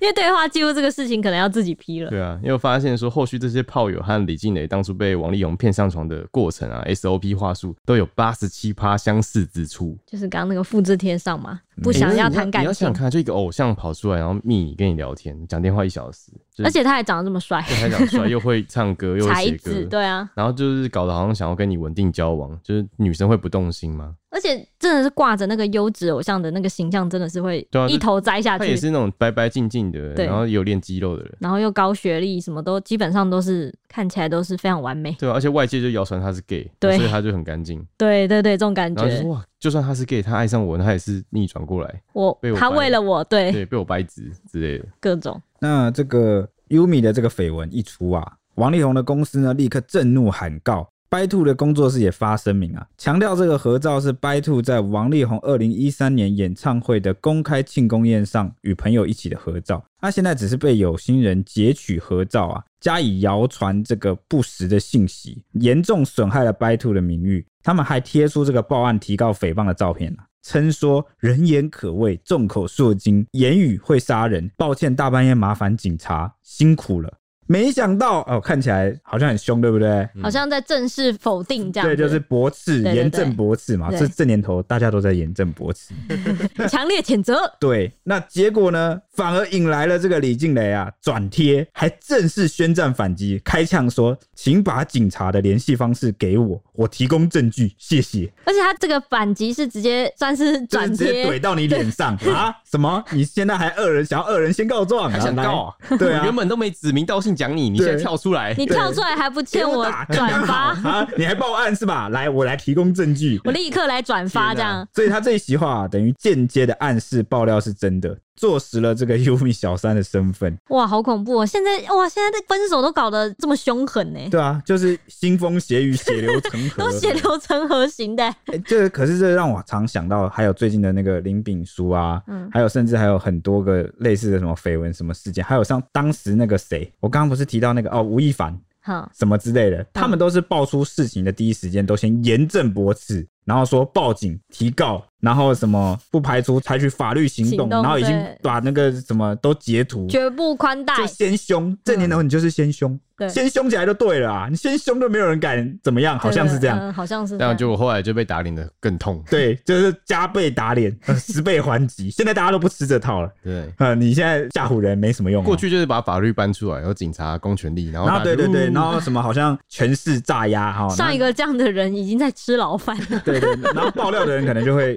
S2: 因为对话记录这个事情可能要自己 P 了。
S3: 对啊，因为我发现说后续这些炮友和李静蕾当初被王力宏骗上床的过程啊，SOP 话术都有八十七趴相似之处。
S2: 就是刚刚那个复制贴上嘛，不
S3: 欸
S2: 想
S3: 你
S2: 要
S3: 要
S2: 谈
S3: 你
S2: 感
S3: 要
S2: 情
S3: 想，看，就一个偶像跑出来，然后密你跟你聊天，讲电话一小时，就是
S2: 而且他还长得这么帅，
S3: 对他讲出来又会唱歌又
S2: 才
S3: 会写
S2: 子，
S3: 歌，
S2: 对啊，
S3: 然后就是搞得好像想要跟你稳定交往，就是女生会不动心吗？
S2: 而且真的是挂着那个优质偶像的那个形象，真的是会
S3: 对啊
S2: 一头栽下
S3: 他也
S2: 去。
S3: 是那种白白净净的，
S2: 对
S3: 然后也有练肌肉的人，
S2: 然后又高学历，什么都基本上都是看起来都是非常完美。
S3: 对啊吧、而且外界就谣传他是 gay，
S2: 对
S3: 所以他就很干净。
S2: <laughs> 对对对，这种感
S3: 然后就说
S2: 觉，
S3: 哇，就算他是 gay，他爱上我，那他也是逆转过来，
S2: 我
S3: 被我
S2: 他
S3: 掰
S2: 为了我对
S3: 对，被我掰直之类的。
S2: 各种
S1: 那这个。 Yumi 的这个绯闻一出啊，王力宏的公司呢立刻震怒喊告。白兔的工作室也发声明啊，强调这个合照是白兔在王力宏二零一三年演唱会的公开庆功宴上与朋友一起的合照，那现在只是被有心人截取合照啊，加以谣传这个不实的信息，严重损害了白兔的名誉。他们还贴出这个报案提告诽谤的照片啊，称说人言可畏，众口铄金，言语会杀人。抱歉，大半夜麻烦警察，辛苦了。没想到哦，看起来好像很凶，对不对？
S2: 好像在正式否定这样
S1: 对，
S2: 子，
S1: 就是驳斥，
S2: 对对对
S1: 严正驳斥嘛。
S2: 对
S1: 这这年头大家都在严正驳斥。
S2: <laughs> 强烈谴责。
S1: 对，那结果呢，反而引来了这个李静蕾啊转贴，还正式宣战反击，开呛说：“请把警察的联系方式给我，我提供证据，谢谢。
S2: 而且他这个反击是直接算是”
S1: 就是
S2: 转
S1: 直接
S2: 贴
S1: 怼，到你脸上啊！什么？你现在还恶人，想要恶人先告状，
S3: 还想
S1: 然后
S3: 告啊？
S1: 来？ <laughs> 对
S3: 我
S1: 啊
S3: 原，本都没指名道姓讲你，你
S1: 对
S3: 现在跳出来，
S2: 你跳出来还不
S1: 给
S2: 欠我
S1: 打刚
S2: 转
S1: 刚好
S2: 发，
S1: 啊！你还报案是吧？来，我来提供证据。
S2: <laughs> 我立刻来转发这
S3: 天
S2: 样
S3: 哪。
S1: 所以他这一席话、啊、等于间接的暗示爆料是真的，坐实了这个 <laughs> Yumi 小三的身份。
S2: 哇，好恐怖哦！现在哇，现在这分手都搞得这么凶狠呢、欸
S1: 对啊，就是腥风血雨，血流成河。
S2: 都 <laughs> 血流成河型的、
S1: 欸这可是这让我常想到，还有最近的那个林炳书啊，
S2: 嗯
S1: 还有甚至还有很多个类似的什么绯闻什么事件，还有像当时那个谁，我刚刚不是提到那个哦吴亦凡
S2: 好，
S1: 什么之类
S2: 嗯
S1: 的，他们都是爆出事情的第一时间都先严正驳斥。然后说报警、提告，然后什么不排除采取法律行动，
S2: 行动
S1: 然后已经
S2: 对
S1: 把那个什么都截图，
S2: 绝不宽待。
S1: 就先凶，这年头你就是先凶，
S2: 嗯对
S1: 先凶起来就对了啊！你先凶都没有人敢怎么样，好像是这样，
S2: 嗯好像是这
S3: 但
S2: 样。
S3: 结果后来就被打脸的更痛。
S1: 对，就是加倍打
S3: <laughs>
S1: 脸，呃十倍还击。现在大家都不吃这套了，
S3: 对，
S1: 呃，你现在吓唬人没什么用、啊
S3: 过，去就是把法律搬出来，然后警察公权力，然后
S1: 然后
S3: 大家
S1: 啊对对
S3: 就
S1: 对，
S3: 呜
S1: 然后什么好像权势榨压哈，
S2: 上一
S1: 个，
S2: 个这样的人已经在吃牢饭了
S1: 对对，然后爆料的人可能就会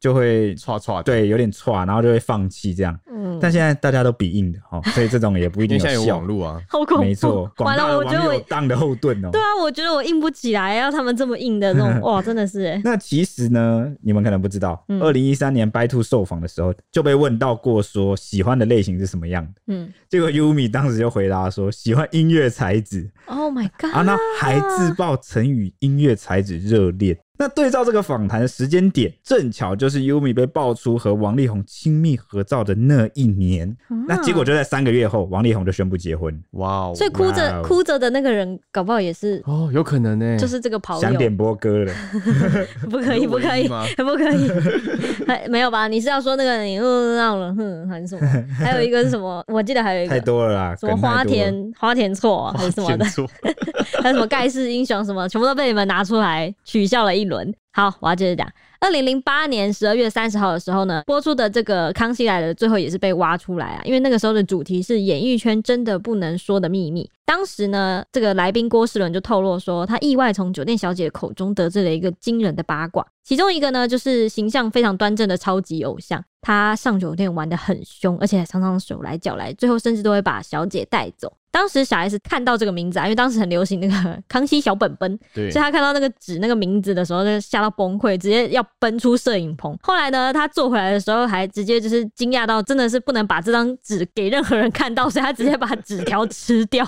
S1: 就会
S3: 歘歘，，
S1: 对有点差，然后就会放弃这样。
S2: 嗯，
S1: 但现在大家都比硬的哈，所以这种也不一
S3: 因
S1: 定
S3: 为现在
S1: 有
S3: 有网
S1: 效。
S3: 络啊，
S2: <laughs> 好恐怖。
S1: 没
S2: <laughs>
S1: 错，广
S2: 完
S1: 大
S2: 了，
S1: 的
S2: 我觉
S1: 网
S2: 得我
S1: 友当的后盾哦。
S2: 对啊，我觉得我硬不起来，啊要他们这么硬的那
S1: <laughs>
S2: 种，哇，真的是哎、
S1: 那其实呢，你们可能不知道，
S2: 嗯
S1: 二零一三年白兔受访的时候就被问到过说喜欢的类型是什么样的， <laughs>
S2: 嗯
S1: 结果 Yumi 当时就回答说喜欢音乐才子
S2: ，Oh my god，、
S1: 啊，那还自曝曾与音乐才子热恋。那对照这个访谈的时间点，正巧就是 Yumi 被爆出和王力宏亲密合照的那一年。
S2: 啊
S1: 那结果就在三个月后，王力宏就宣布结婚。
S3: 哇哦，
S2: 所以哭
S1: 哇
S2: 着
S1: 哦哎
S2: 哭着的那个人，搞不好也是
S3: 哦，有可能呢，
S2: 就是这个跑
S1: 想
S2: 友，
S1: 点播歌
S2: <laughs>
S1: 了，
S2: 不可以，不可以 <laughs>
S3: 有，唯一
S2: 不
S1: <laughs>
S2: 可以，还没有吧？你是要说那个你嗯让了哼还是什么？还有一个是什么？我记得还有一
S1: 太
S2: 个
S1: 多了啦，
S2: <laughs> 什么
S1: 梗太
S2: 花
S1: 多了
S2: 田花田错啊还是什么的，
S3: <laughs>
S2: <laughs>
S3: 错，
S2: 还有什么盖世英雄什么，全部都被你们拿出来取笑了一轮。好，我要接着讲。二零零八年十二月三十号的时候呢，播出的这个《康熙来了》最后也是被挖出来啊，因为那个时候的主题是演艺圈真的不能说的秘密。当时呢，这个来宾郭世伦就透露说，他意外从酒店小姐口中得知了一个惊人的八卦，其中一个呢就是形象非常端正的超级偶像，他上酒店玩得很凶，而且常常手来脚来，最后甚至都会把小姐带走。当时小 S 看到这个名字啊，因为当时很流行那个康熙小本本，
S3: 对
S2: 所以，他看到那个纸那个名字的时候，就吓到崩溃，直接要奔出摄影棚。后来呢，他坐回来的时候，还直接就是惊讶到，真的是不能把这张纸给任何人看到，所以他直接把纸条吃掉。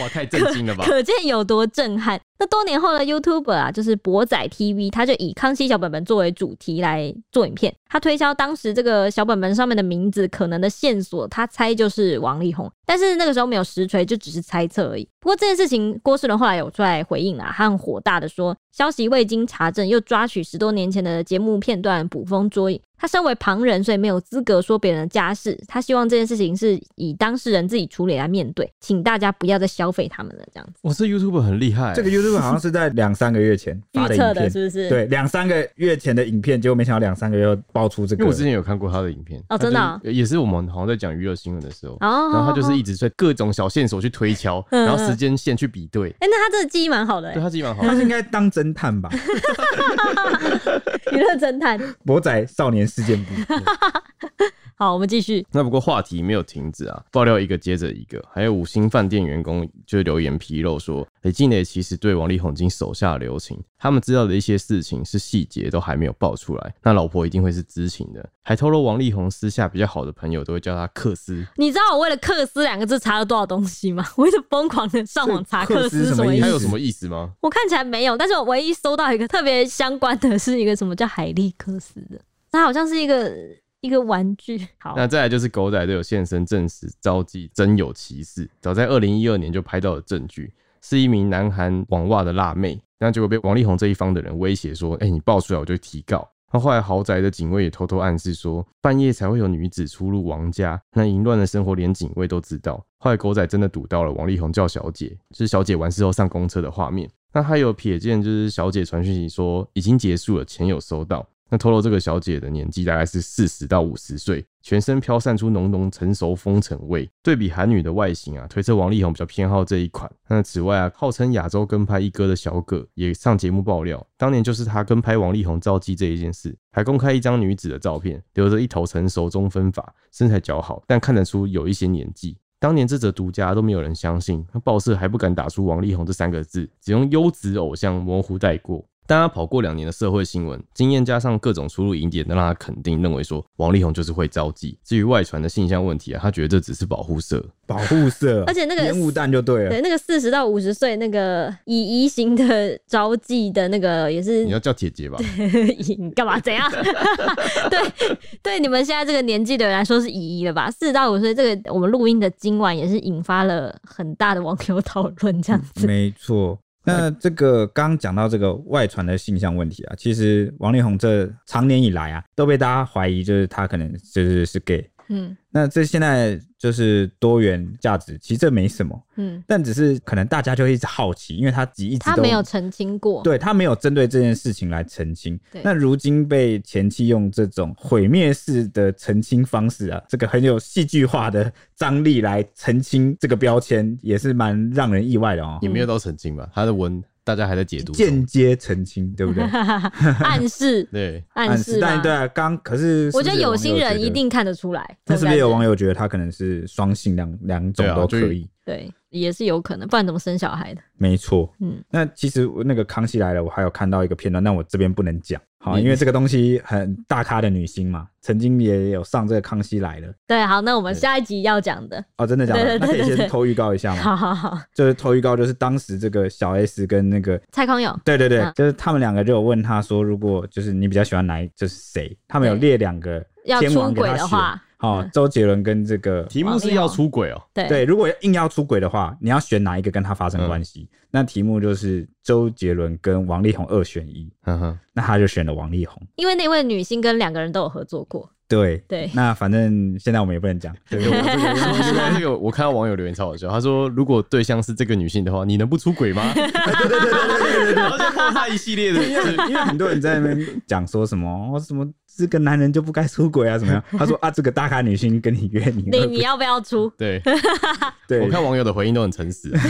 S3: 哇，太震惊了吧？
S2: 可见有多震撼。那多年后的 YouTuber 啊，就是博仔 TV，他就以康熙小本本作为主题来做影片。他推销当时这个小本本上面的名字可能的线索，他猜就是王力宏，但是那个时候没有实锤，就只是猜测而已。不过这件事情，郭世伦后来有出来回应啊，他很火大的说，消息未经查证，又抓取十多年前的节目片段捕风捉影。他身为旁人，所以没有资格说别人的家事。他希望这件事情是以当事人自己处理来面对，请大家不要再消费他们了。这样子
S3: 哇，这 YouTube 很厉害，
S1: 这个 YouTube 好像是在两三个月前发的
S2: 预
S1: 影
S2: 测
S1: 片
S2: 的，是不是？。
S1: 对，两三个月前的影片，结果没想到两三个月后爆出这
S3: 因为
S1: 个。
S3: 我之前有看过他的影片
S2: 哦真的啊
S3: 他就是也是我们好像在讲娱乐新闻的时候，
S2: 哦，
S3: 然后他就是一直在各种小线索去推敲，
S2: 嗯
S3: 然后时间线去比对，
S2: 哎、那他这个记忆蛮好的、
S3: 对他自己蛮好
S1: 他。是应该当侦探
S2: <laughs>
S1: 吧？
S2: 娱乐侦探。
S1: 博仔少年事件部，
S2: 好，我们继续。
S3: 那不过话题没有停止啊，爆料一个接着一个，还有五星饭店员工就留言披露说，雷静蕾其实对王力宏已经手下留情，他们知道的一些事情是细节都还没有爆出来，那老婆一定会是知情的，还透露王力宏私下比较好的朋友都会叫他克斯，
S2: 你知道我为了“克斯”两个字查了多少东西吗？ <laughs> 我一直疯狂的上网查“
S1: 所以
S2: 克
S1: 克斯
S2: 斯”
S1: 是什
S2: 什
S1: 么
S2: 么
S1: 意
S2: 意
S1: 思
S3: 他
S2: 思。
S3: 有什么意思吗？
S2: 我看起来没有，但是我唯一搜到一个特别相关的是一个什么叫海利克斯的，它好像是一个一个玩具。好，
S3: 那再来就是狗仔队有现身证实招妓真有其事，早在二零一二年就拍到了证据，是一名南韩网袜的辣妹，那结果被王力宏这一方的人威胁说：“哎、你爆出来我就提告。”那后来豪宅的警卫也偷偷暗示说，半夜才会有女子出入王家，那淫乱的生活连警卫都知道。后来狗仔真的堵到了王力宏叫小姐，就是小姐完事后上公车的画面。那他有瞥见，就是小姐传讯息说已经结束了，钱有收到。那透露这个小姐的年纪大概是四十到五十岁，全身飘散出浓浓成熟风尘味。对比韩女的外形啊，推测王力宏比较偏好这一款。那此外啊，号称亚洲跟拍一哥的小葛也上节目爆料，当年就是他跟拍王力宏造妓这一件事，还公开一张女子的照片，留着一头成熟中分发，身材姣好，但看得出有一些年纪。当年这则独家都没有人相信，那报社还不敢打出王力宏这三个字，只用优质偶像模糊带过。但他跑过两年的社会新闻经验，加上各种出入疑点，都让他肯定认为说王力宏就是会招妓。至于外传的性向问题啊，他觉得这只是保护色。
S1: 保护色，
S2: 而且那个
S1: 烟雾弹就对了
S2: 对，。那个四十到五十岁那个以移型的 <laughs> 招妓的那个也是
S3: 你要叫姐姐吧？
S2: <laughs> 你干嘛？怎样？ <laughs> 对对，你们现在这个年纪的人来说是乙一了吧？四到五岁，这个我们录音的今晚也是引发了很大的网友讨论，这样子。
S1: 没错。那
S2: 哎
S1: 这个刚刚讲到这个外传的性向问题啊，其实王力宏这常年以来啊，都被大家怀疑就是他可能就是是 gay。
S2: 嗯
S1: 那这现在就是多元价值，其实这没什么，
S2: 嗯，
S1: 但只是可能大家就会一直好奇，因为他一直都
S2: 他没有澄清过。
S1: 对他没有针对这件事情来澄清
S2: 对。
S1: 那如今被前妻用这种毁灭式的澄清方式啊，这个很有戏剧化的张力来澄清这个标签，也是蛮让人意外的哦
S3: 也。没有到澄清吧？他的文大家还在解读中。
S1: 间接澄清，对不对？
S2: <laughs> 暗示
S3: 对，
S2: 暗示
S1: 但
S2: 吧
S1: 对。啊，刚可是
S2: 我觉
S1: 是不
S2: 得
S1: 是有
S2: 有心
S1: 网友
S2: 人
S1: 觉得
S2: 一。定看得出来。
S1: 那是不是有网
S2: 友？
S1: 友觉得他可能是双性两两种
S3: 对啊
S1: 都
S3: 就
S1: 可以？
S2: 对，也是有可能，不然怎么生小孩的？
S1: 没错，
S2: 嗯，
S1: 那其实那个《康熙来了》，我还有看到一个片段，但我这边不能讲，好，
S3: 你
S1: 因为这个东西很大咖的女星嘛，曾经也有上这个《康熙来了》
S2: 对，好，那我们下一集要讲的，
S1: 哦，真的假的？
S2: 对对
S1: 那可以
S2: 对对
S1: 先偷预告一下吗？
S2: 好好好，
S1: 就是偷预告，就是当时这个小 S 跟那个，
S2: 蔡康永，
S1: 对对对
S2: 嗯，
S1: 就是他们两个就有问他说，如果就是你比较喜欢哪一，就是谁？他们有
S2: 对
S1: 列两个
S2: 要
S1: 天王
S2: 出
S1: 给
S2: 轨
S1: 他
S2: 的
S1: 选，
S2: 话，
S1: 哦，周杰伦跟这个
S3: 题目是要出轨哦、
S2: 对
S1: 对，如果硬要出轨的话，你要选哪一个跟他发生关系？那题目就是周杰伦跟王力宏二选一，
S3: 哼嗯哼，
S1: 那他就选了王力宏。
S2: 因为那位女星跟两个人都有合作过，
S1: 对，
S2: 对，
S1: 那反正现在我们也不能讲，
S2: <laughs>
S1: 对
S3: 对，
S1: 对
S3: 我这个说说到这个，我看到网友留言超好笑，他说如果对象是这个女性的话，你能不出
S2: <laughs>
S3: 轨吗？对对对对对对，然后就爆他一系列
S2: <laughs>
S3: 的，
S1: 因为很多人在那边讲说什么，哦，什么这个男人就不该出轨啊，怎么样？他说啊，这个大咖女星跟你约你，
S2: 你你要不要出？
S3: 对，
S1: 对，
S3: 我看网友的回应都很诚实啊，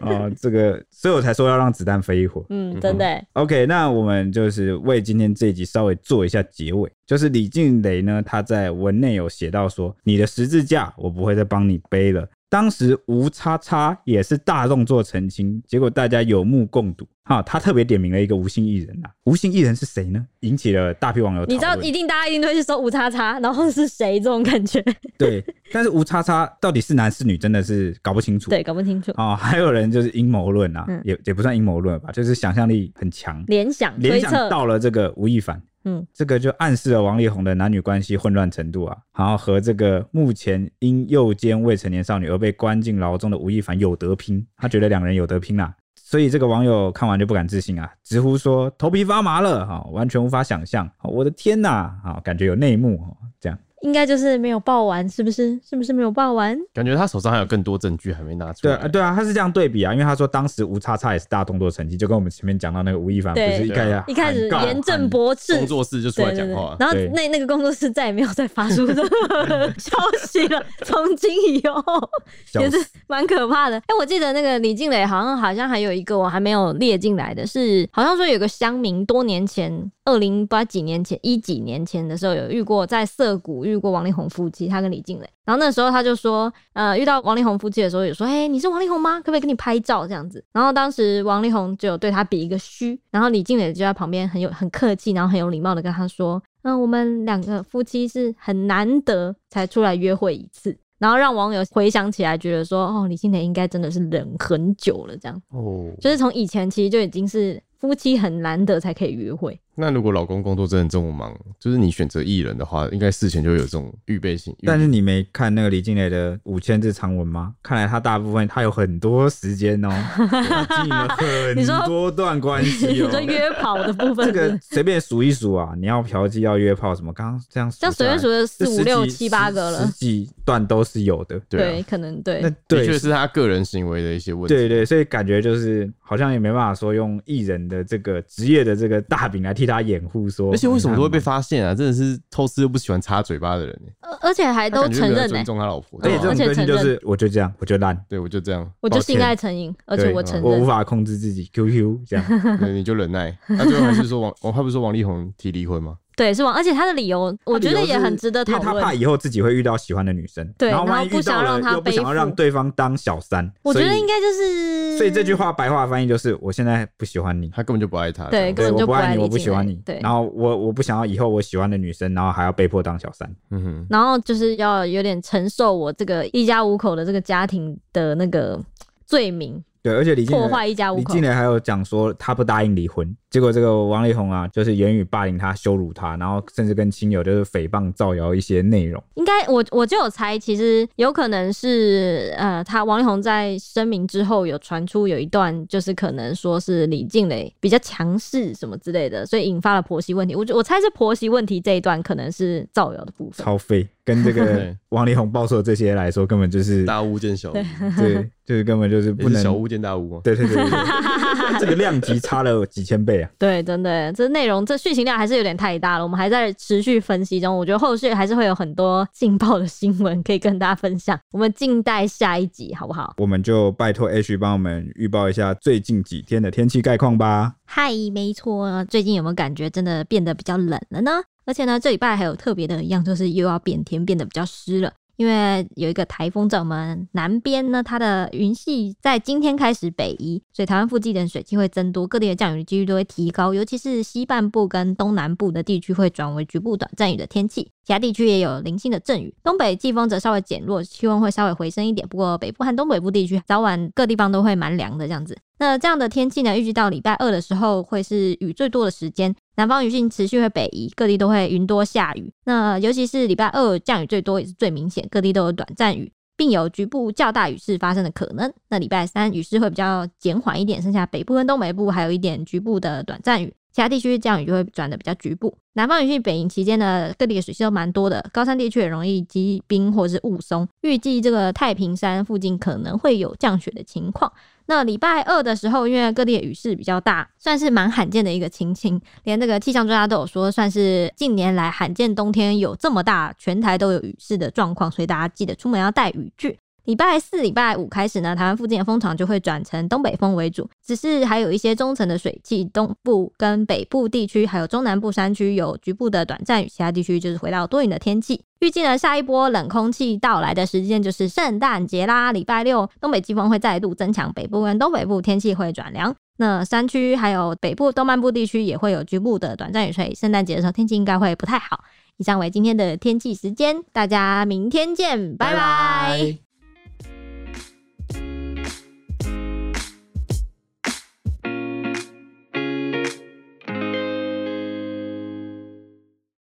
S1: 哦，这个，所以我才说要让子弹飞一会儿。
S2: 嗯，真的欸，
S1: OK，那我们就是为今天这一集稍微做一下结尾。就是李静蕾呢，她在文内有写到说：“你的十字架我不会再帮你背了。”当时吴叉叉也是大动作澄清，结果大家有目共睹。哈，她特别点名了一个无姓艺人啊，无姓艺人是谁呢？引起了大批网友讨论。
S2: 你知道，一定大家一定都会去搜五叉叉，然后是谁这种感觉，
S1: 对，但是吴叉叉到底是男是女，真的是搞不清楚。
S2: 对，搞不清楚，
S1: 哦，还有人就是阴谋论啊，
S2: 嗯
S1: 也也不算阴谋论吧，就是想象力很强。
S2: 联想
S1: 联
S2: 推
S1: 想
S2: 测，
S1: 到了这个吴亦凡，
S2: 嗯，
S1: 这个就暗示了王力宏的男女关系混乱程度啊，然后和这个目前因诱奸未成年少女而被关进牢中的吴亦凡有得拼，他觉得两人有得拼啦、所以这个网友看完就不敢置信啊，直呼说头皮发麻了哈、完全无法想象，哦我的天呐啊、感觉有内幕哦，这样
S2: 应该就是没有报完，是不是？是不是没有报完？
S3: 感觉他手上还有更多证据还没拿出
S1: 对
S3: 来。
S1: 啊对啊，他是这样对比啊，因为他说当时吴叉叉也是大动作成绩，就跟我们前面讲到那个吴亦凡不
S2: 对
S1: 是一啊开始
S2: 一开始
S1: 喊告
S2: 严正
S1: 喊
S2: 驳斥，
S3: 工作室就出
S2: 对
S3: 来
S2: 对
S3: 讲
S2: 对，
S3: 话啊，
S2: 然后
S1: 对
S2: 那那个工作室再也没有再发出这个 <laughs> 消息了，从今以后。
S1: 笑
S2: <laughs> 也
S1: 死
S2: 是蛮可怕的。哎、我记得那个李静蕾好像好像还有一个我还没有列进来的是，好像说有个乡民多年前二零八几年前一几年前的时候有遇过，在涩谷遇过王力宏夫妻，他跟李静蕾。然后那时候他就说，呃，遇到王力宏夫妻的时候，有说，哎、你是王力宏吗？可不可以跟你拍照这样子？然后当时王力宏就有对他比一个嘘，然后李静蕾就在旁边很有很客气，然后很有礼貌的跟他说，嗯、我们两个夫妻是很难得才出来约会一次。然后让网友回想起来，觉得说，哦，李静蕾应该真的是忍很久了，这样。
S3: 哦，
S2: 就是从以前其实就已经是夫妻很难得才可以约会。
S3: 那如果老公工作真的这么忙，就是你选择艺人的话，应该事前就会有这种预备性。
S2: 嗯
S1: 但是你没看那个李静蕾的五千字长文吗？看来她大部分她有很多时间
S2: <laughs>
S1: 哦，她经营了
S2: 你
S1: 很多
S2: 说
S1: 段关
S2: 你
S1: 系
S2: <laughs>
S1: 哦
S2: 说。约跑的部
S1: 这
S2: 分是不是，
S1: 个随便数一数啊，你要嫖妓要约炮什么，刚刚这样
S2: 这样随便数了
S1: 下来
S2: 四五
S1: 这
S2: 六
S1: 十几
S2: 七八个
S1: 十
S2: 了
S1: 十，几段都是有的。
S3: 对啊，
S2: 可能对
S1: 那。
S3: 的
S1: 对
S3: 确是他个人行为的一些问题。
S1: 对对，所以感觉就是好像也没办法说用艺人的这个职业的这个大饼来替他掩护说，
S3: 而且为什么都会被
S1: 嗯？
S3: 发现啊？真的是偷吃又不喜欢插嘴巴的人欸，
S2: 而而且还
S3: 他
S2: 都
S3: 感觉
S2: 承
S3: 没有在
S2: 认欸呢、
S3: 尊重他老婆。
S1: 而且这
S3: 对啊
S1: 种
S2: 而且
S1: 个性就
S2: 承
S1: 是，我就这样，我就烂，
S3: 对我就这样，
S2: 我就
S1: 抱
S2: 性
S1: 歉
S2: 爱成瘾，而且
S1: 对啊
S2: 我承
S1: 我无
S2: 认。
S1: 法控制自己，QQ 这样。
S3: 对你就忍耐。那最后还是说王，哦王他不是说王力宏提离婚吗？
S2: 对，是王，而且他的理由，我觉得也很值得
S1: 因为
S2: 讨
S1: 他怕
S2: 论。
S1: 以后自己会遇到喜欢的女生，
S2: 对
S1: 然后
S2: 然后
S1: 万一
S2: 不
S1: 遇
S2: 想
S1: 到
S2: 让他
S1: 了又不
S2: 背
S1: 想要让
S2: 负
S1: 对方当小三，
S2: 我觉
S1: 所
S2: 得
S1: 以
S2: 应该就是，
S1: 所以这句话白话翻译就是：我现在不喜欢你，
S3: 他根本就不爱他。
S2: 对
S3: 这
S1: 对，
S2: 根
S3: 样
S2: 本就
S1: 我
S2: 不爱
S1: 爱
S2: 李
S1: 我不
S2: 静
S1: 喜欢
S2: 蕾
S1: 你
S2: 对。
S1: 然后我我不想要以后我喜欢的女生，然后还要被迫当小三。
S3: 嗯哼，
S2: 然后就是要有点承受我这个一家五口的这个家庭的那个罪名，
S1: 对，而且李静
S2: 破
S1: 蕾
S2: 坏一家五
S1: 李
S2: 口
S1: 静。蕾还有讲说，她不答应离婚，结果这个王力宏啊，就是言语霸凌她、羞辱她，然后甚至跟亲友就是诽谤、造谣一些内容。
S2: 应该我我就有猜，其实有可能是呃，他王力宏在声明之后有传出有一段，就是可能说是李静蕾比较强势什么之类的，所以引发了婆媳问题。我觉我猜是婆媳问题这一段可能是造谣的部分。
S1: 超废，跟这个
S3: 对
S1: 王力宏爆出的这些来说，根本就是
S3: 大巫见小巫，
S1: 对，就是根本就是
S3: 也
S1: 不
S3: 是
S1: 能
S3: 小巫见大巫吗？
S1: 对对对对对，这个量级差了几千倍啊！
S2: 对，真的，这内容这讯息量还是有点太大了，我们还在持续分析中。我觉得后续还是会有很多劲爆的新闻可以跟大家分享，我们静待下一集好不好？
S1: 我们就拜托 H 帮我们预报一下最近几天的天气概况吧。
S2: 嗨，没错，最近有没有感觉真的变得比较冷了呢？而且呢，这礼拜还有特别的一样，就是又要变天，变得比较湿了。因为有一个台风在我们南边呢，它的云系在今天开始北移，所以台湾附近的水汽会增多，各地的降雨几率都会提高，尤其是西半部跟东南部的地区会转为局部短暂雨的天气，其他地区也有零星的阵雨。东北季风则稍微减弱，气温会稍微回升一点，不过北部和东北部地区早晚各地方都会蛮凉的这样子。那这样的天气呢，预计到礼拜二的时候会是雨最多的时间，南方雨性持续会北移，各地都会云多下雨。那尤其是礼拜二降雨最多，也是最明显，各地都有短暂雨，并有局部较大雨势发生的可能。那礼拜三雨势会比较减缓一点，剩下北部跟东北部还有一点局部的短暂雨。其他地区降雨就会转的比较局部。南方雨系北移期间呢，各地的水系都蛮多的，高山地区也容易积冰或是雾凇。预计这个太平山附近可能会有降雪的情况。那礼拜二的时候，因为各地的雨势比较大，算是蛮罕见的一个情形，连这个气象专家都有说，算是近年来罕见冬天有这么大全台都有雨势的状况，所以大家记得出门要带雨具。礼拜四、礼拜五开始呢，台湾附近的风场就会转成东北风为主，只是还有一些中层的水汽，东部跟北部地区还有中南部山区有局部的短暂雨，其他地区就是回到多云的天气。预计呢，下一波冷空气到来的时间就是圣诞节啦，礼拜六东北季风会再度增强，北部跟东北部天气会转凉。那山区还有北部东半部地区也会有局部的短暂雨，所以圣诞节的时候天气应该会不太好。以上为今天的天气时间，大家明天见，拜拜